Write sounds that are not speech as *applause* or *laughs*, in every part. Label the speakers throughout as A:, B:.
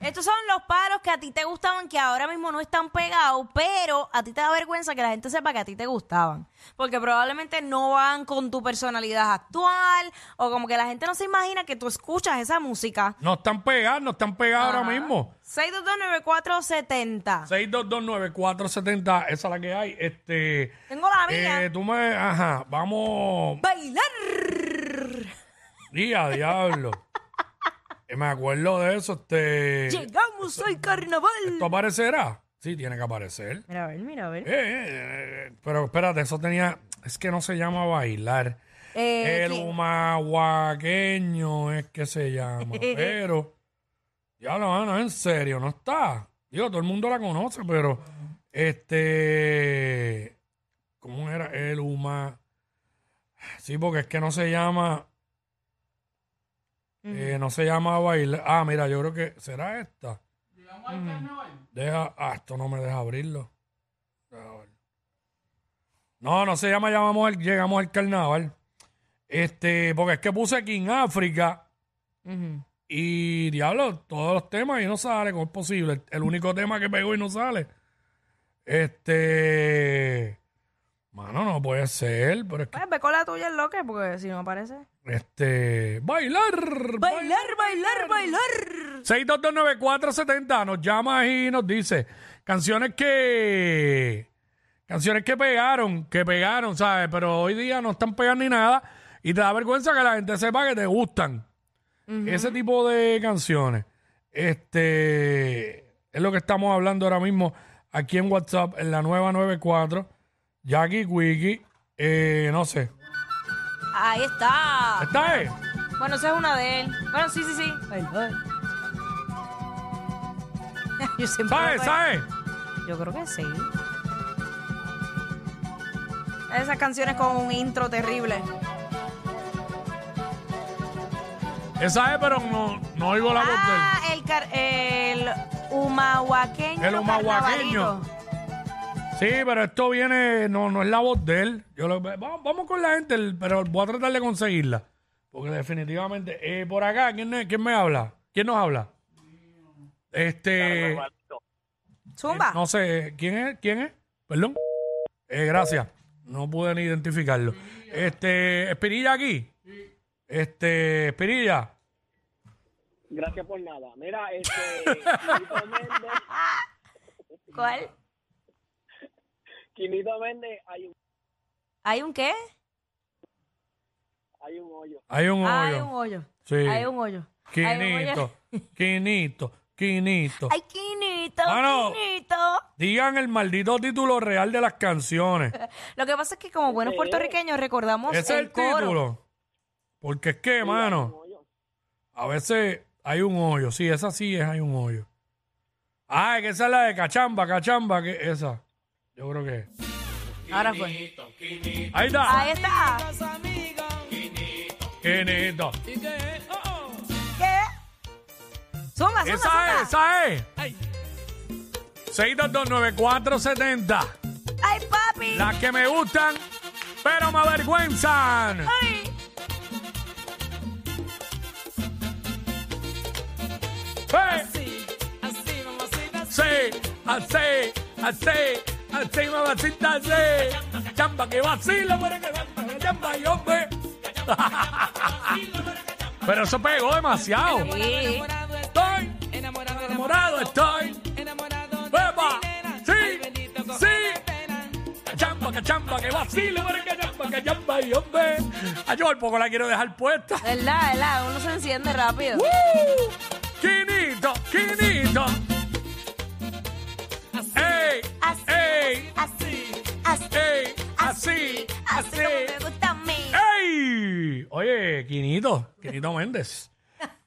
A: Estos son los palos que a ti te gustaban, que ahora mismo no están pegados, pero a ti te da vergüenza que la gente sepa que a ti te gustaban. Porque probablemente no van con tu personalidad actual, o como que la gente no se imagina que tú escuchas esa música.
B: No están pegadas, no están pegadas ahora mismo.
A: 6229470.
B: 6229470, esa es la que hay. Este.
A: Tengo la mía.
B: eh, tú me. Ajá, vamos.
A: Bailar.
B: Día,
A: *laughs*
B: diablo. Eh, me acuerdo de eso. Este.
A: Llegamos hoy
B: ¿Esto
A: carnaval.
B: aparecerá? Sí, tiene que aparecer.
A: Mira a ver, mira a ver.
B: Eh, eh, eh, pero espérate, eso tenía. Es que no se llama bailar.
A: Eh,
B: El
A: ¿quién?
B: humahuaqueño es que se llama. pero, ya lo van en serio, no está. Digo, todo el mundo la conoce, pero este. ¿Cómo era? El huma. Sí, porque es que no se llama. eh, no se llama bailar. Ah, mira, yo creo que será esta. Deja. Ah, esto no me deja abrirlo. Deja abrirlo. No, no se llama llamamos al- Llegamos al Carnaval. Este, porque es que puse King África
A: Ujú.
B: y diablo, todos los temas y no sale, ¿cómo es posible? El, único tema que pegó y no sale. Este, mano, no puede ser, pero es que,
A: Pues ve con la tuya, el loque, porque si no aparece.
B: este, bailar.
A: Bailar, bailar, bailar.
B: 6229470 nos llama y nos dice canciones que canciones que pegaron, que pegaron, ¿sabes? Pero hoy día no están pegando ni nada y te da vergüenza que la gente sepa que te gustan. Ese tipo de canciones. Este es lo que estamos hablando ahora mismo aquí en WhatsApp en la nueva 94 Jackie Wiki, eh, no sé.
A: Ahí está.
B: ¿Está eh?
A: Bueno, esa es una de él. Bueno, sí, sí, sí. *laughs* Yo siempre
B: ¿Sabes?
A: me-
B: ¿Sabes?
A: Yo creo que sí. Esas canciones con un intro terrible.
B: Esa es, pero no, no oigo la voz de él.
A: Ah, el, car- el humahuaqueño.
B: El humahuaqueño.
A: carnavalito.
B: Sí, pero esto viene, no, no es la voz de él. Yo lo- vamos, vamos con la gente, el- pero voy a tratar de conseguirla. Porque definitivamente, eh, por acá, ¿quién, es- quién me habla? ¿Quién nos habla? Este,
A: Zumba.
B: Eh, no sé, ¿quién es? ¿Quién es? Perdón. Eh, gracias. No pude ni identificarlo. Este, Espirilla aquí. Este, Espirilla.
C: Gracias por nada. Mira, este, Quinito Méndez,
A: ¿Cuál?
C: Quinito Méndez, hay un,
A: ¿Hay un qué?
C: hay un hoyo.
B: Hay un
A: Ah, hay un
B: hoyo.
A: hoyo.
B: Sí.
A: Hay un hoyo. Hay un hoyo.
B: Quinito,
A: *laughs*
B: Quinito, Quinito.
A: Ay, Quinito,
B: Mano.
A: Quinito.
B: Digan el maldito título real de las canciones.
A: Lo que pasa es que como buenos puertorriqueños recordamos
B: Ese es el
A: coro.
B: título. Porque es que, mano, a veces hay un hoyo. Sí, esa sí es, hay un hoyo. Ah, que esa es la de cachamba, cachamba, que esa. Yo creo que. es.
A: Ahora fue.
B: Ahí está.
A: Ahí está.
B: Quinito.
A: ¿Qué? Zumba, zumba,
B: Esa es,
A: zumba.
B: esa es. 6229470.
A: ¡Ay, papi!
B: Las que me gustan, pero me avergüenzan.
A: ¡Ay!
B: Hey. Sí, así, así, así, mamacita, así. Chamba que vacila, muere que cachamba, chamba y hombre. *laughs* Pero eso pegó demasiado.
A: Sí.
B: Estoy enamorado, estoy. Beba, sí, sí. Cachamba, cachamba, que vacila, muere que chamba, que chamba y hombre. Ay, yo al poco la quiero dejar puesta.
A: ¿Verdad, verdad? Uno se enciende rápido.
B: ¡Woo! ¡Quinito! ¡Quinito! ¡Ey! ¡Ey!
A: Así, así,
B: ¡Ey! Así, así.
A: como me gusta a mí.
B: ¡Ey! Oye, Quinito, Quinito Méndez.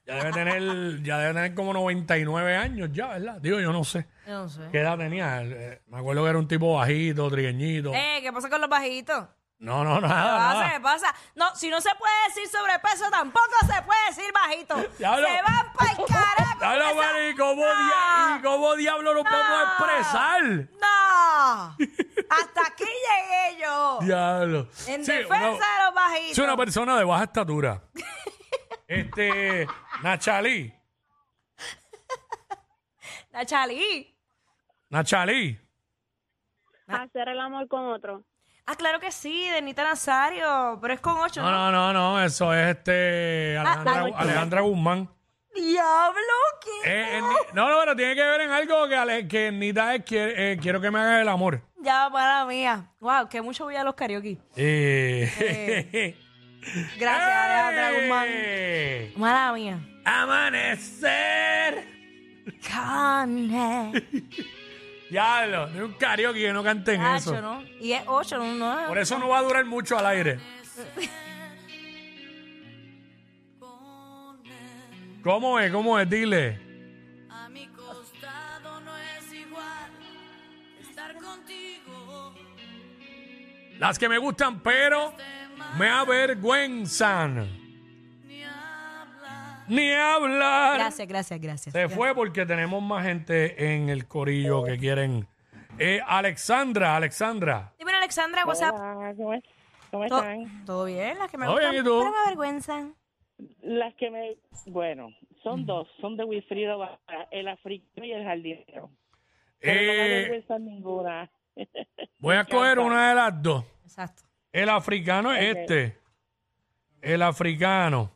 B: Debe tener, ya debe tener como 99 años ya, ¿verdad? Digo, yo no sé.
A: Yo no sé.
B: ¿Qué edad tenía? Eh, Me acuerdo que era un tipo bajito, trigueñito.
A: Eh, ¿qué pasa con los bajitos?
B: No, no,
A: ¿Qué
B: nada.
A: pasa?
B: nada.
A: ¿Qué pasa? No, si no se puede decir sobrepeso, tampoco se puede decir bajito.
B: *laughs*
A: Se
B: Ya lo-
A: van para el carajo. con
B: Dale,
A: esa-
B: Mari, ¿y ¿cómo, dia-
A: No.
B: y cómo diablo lo podemos expresar?
A: No. Hasta aquí llegué
B: *laughs*
A: yo.
B: Diablo.
A: En
B: Sí,
A: defensa
B: una-
A: de los bajitos.
B: Es una persona de baja
A: *laughs*
B: estatura. este, Nachalí.
A: La Chalí.
B: Nachalí.
D: Hacer el amor con otro.
A: Ah, claro que sí, Denita Nazario, pero es con ocho.
B: No, no, no, no, eso es este Alejandra,
A: Nacho.
B: Alejandra Guzmán.
A: Diablo, ¿qué?
B: Eh, eh, ni- no, no, pero tiene que ver en algo que, Ale- que Nita es quie- eh, quiero que me haga el amor.
A: Ya, para mía. Wow, que mucho voy a los karaoke.
B: Eh. *laughs*
A: Gracias, Alejandra Guzmán.
B: ¡Ey!
A: Mala mía.
B: Amanecer. *laughs*
A: Cane.
B: Diablo, de un karaoke que no canten eso.
A: Nacho, ¿no? Y es ocho, no, no.
B: Por eso no va a durar mucho al aire. ¿Cómo es? ¿Cómo es? Dile.
E: A mi costado no es igual estar contigo.
B: Las que me gustan, pero me avergüenzan. Ni hablar.
A: Gracias, gracias, gracias.
B: Se fue porque tenemos más gente en el corillo que quieren. Eh, Alexandra, Alexandra.
A: Dime, Alexandra, WhatsApp.
D: Hola, ¿cómo, es- cómo
A: To-
D: están?
A: ¿Todo bien? Las que me
B: Todo bien,
A: gustan,
B: ¿y tú?
A: pero me avergüenzan.
D: Las que me... Bueno, son dos. Son de Wilfrido Vargas, el africano y el jardinero. Pero no me
B: Eh,
D: avergüenza ninguna.
B: voy a coger una de las dos.
A: Exacto.
B: El africano es este. El africano.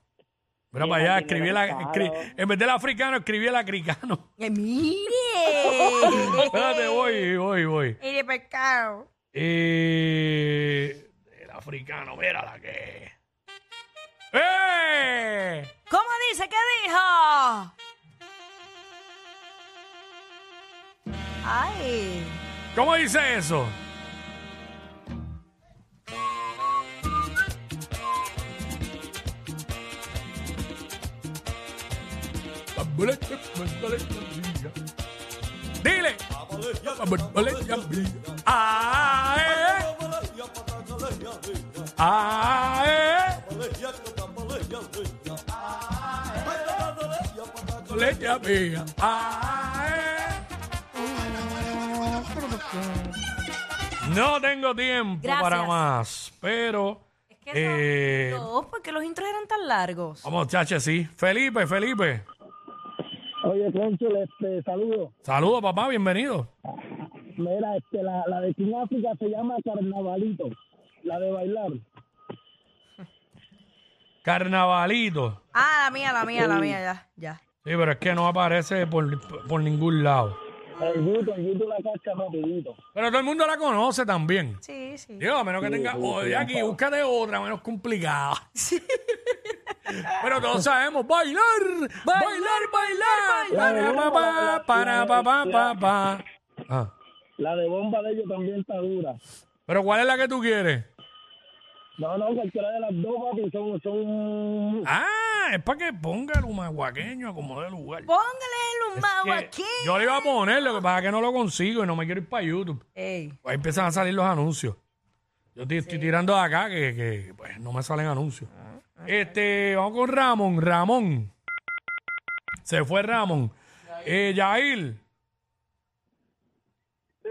B: Mira
D: Sí,
B: para allá,
D: Martín,
B: escribí
D: era
B: la. escri-
D: caro.
B: en vez del africano, escribí el
A: *laughs*
B: africano.
A: ¡Eh, ¡Mire!
B: *laughs* Espérate, voy, voy, voy.
A: ¡Y de pecado!
B: Eh, el africano, mira la que. ¡Eh!
A: ¿Cómo dice? ¿Qué dijo? ¡Ay!
B: ¿Cómo dice eso? Dile. ¡Ae! Ah, ¡Ae! Leña mía. ¡Ae! No tengo tiempo
A: Gracias.
B: para más, pero
A: Es que
B: Eh. Oh.
A: son dos, porque los intros eran tan largos.
B: vamos, chache, sí. Felipe, Felipe.
F: Oye, Conchel, este, saludo.
B: Saludos, papá, bienvenido.
F: Mira, este, la, la de King África se llama Carnavalito, la de bailar.
B: Carnavalito.
A: Ah, la mía, la mía,
B: Oh.
A: la mía, ya, ya.
B: Sí, pero es que no aparece por, por ningún lado.
F: El gusto, el gusto la casca rapidito.
B: Pero todo el mundo la conoce también.
A: Sí, sí.
B: Digo, a menos que tenga. Oye, aquí, búscate otra menos complicada. *laughs* Pero todos sabemos bailar, bailar, bailar, bailar. Para, para, para, para, para, para. Ah.
F: La de bomba de ellos también está dura.
B: Pero ¿cuál es la que tú quieres?
F: No, no, cualquiera de las dos, papi, son, son...
B: Ah, es para que ponga el humahuaqueño a como de lugar.
A: Póngale el humado
B: Que
A: aquí.
B: Yo le iba a poner, lo que pasa es que no lo consigo y no me quiero ir para YouTube.
A: Ey,
B: Ahí empiezan a salir los anuncios. Yo estoy, estoy tirando de acá que, que, pues, no me salen anuncios.
A: Ah,
B: Este, vamos con Ramón. Ramón. Se fue Ramón. Eh, Yair.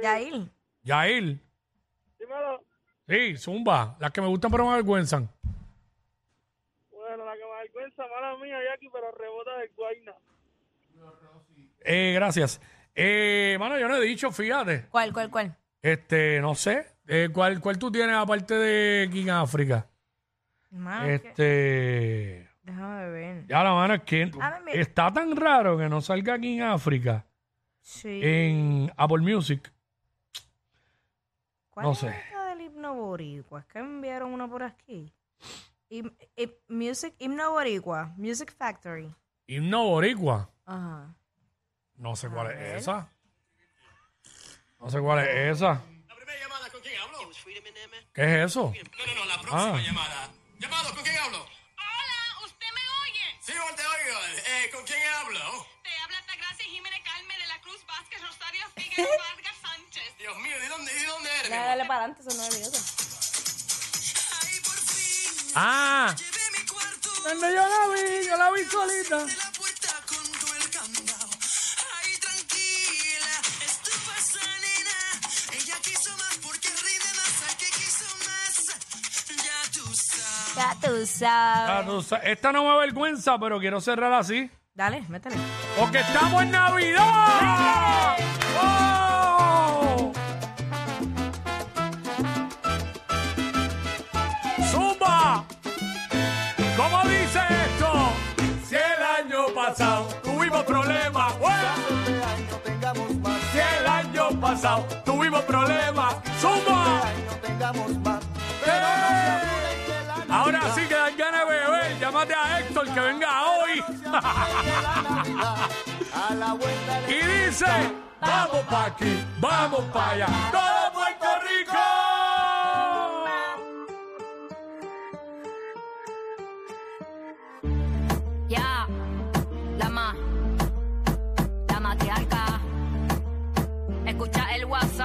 A: Yair.
B: Yair.
C: Dímelo.
B: Sí, Zumba. Las que me gustan pero me avergüenzan.
C: Bueno, la que me vergüenza, mala mía, Jackie, pero rebota del Guayna.
B: Eh, gracias. Eh, mano, yo no he dicho, fíjate.
A: ¿Cuál, cuál, cuál?
B: Este, no sé. Eh, ¿cuál, ¿Cuál tú tienes aparte de King África?
A: Más
B: Este.
A: Déjame ver.
B: Ya la mano es que
A: Ah, mira.
B: está tan raro que no salga aquí en África,
A: Sí.
B: Eh, en Apple Music.
A: ¿Cuál
B: no
A: es
B: sé.
A: esta del himno boricua? Es que me enviaron uno por aquí. Him- him- music, himno boricua. Music Factory.
B: Himno Boricua.
A: Ajá.
B: No sé cuál es esa. No sé cuál es esa.
G: La primera llamada, ¿con quién hablo?
B: ¿Qué es eso?
G: No, no, no, la próxima
B: Ah.
G: llamada. Llamado, ¿con quién hablo?
E: Hola, ¿usted me oye?
G: Sí, te oigo. Eh, Eh, ¿Con quién hablo?
H: Te habla Gracia Jiménez Carmen de la Cruz Vázquez Rosario Figueres Vargas Sánchez.
G: Dios mío, ¿de dónde, de dónde eres?
A: Dale,
G: mi amor?
A: dale para adelante, son nueve minutos.
G: Ay, por fin,
B: Ah,
G: llevé mi cuarto
B: cuando yo la vi, yo la vi solita.
G: de la puerta con todo el candado. Ay, tranquila, estufa esa nena. Ella quiso más porque rinde más al que quiso más. Ya tú sabes.
A: Ya tú sabes.
B: Ah, tú sa- Esta no me avergüenza, pero quiero cerrar así.
A: Dale, métele.
B: Porque estamos en Navidad. ¡Oh! ¡Zumba! ¿Cómo dice esto? Si el año pasado tuvimos problemas, ¡eh! si el año pasado tuvimos problemas, ¡zumba! ¡Eh! Ahora sí que dan ganas de beber. Llámate a Héctor que venga hoy. Y dice, vamos pa' aquí, vamos pa' allá, todo Puerto Rico.
E: Ya, lama, la matriarca. Escucha el WhatsApp.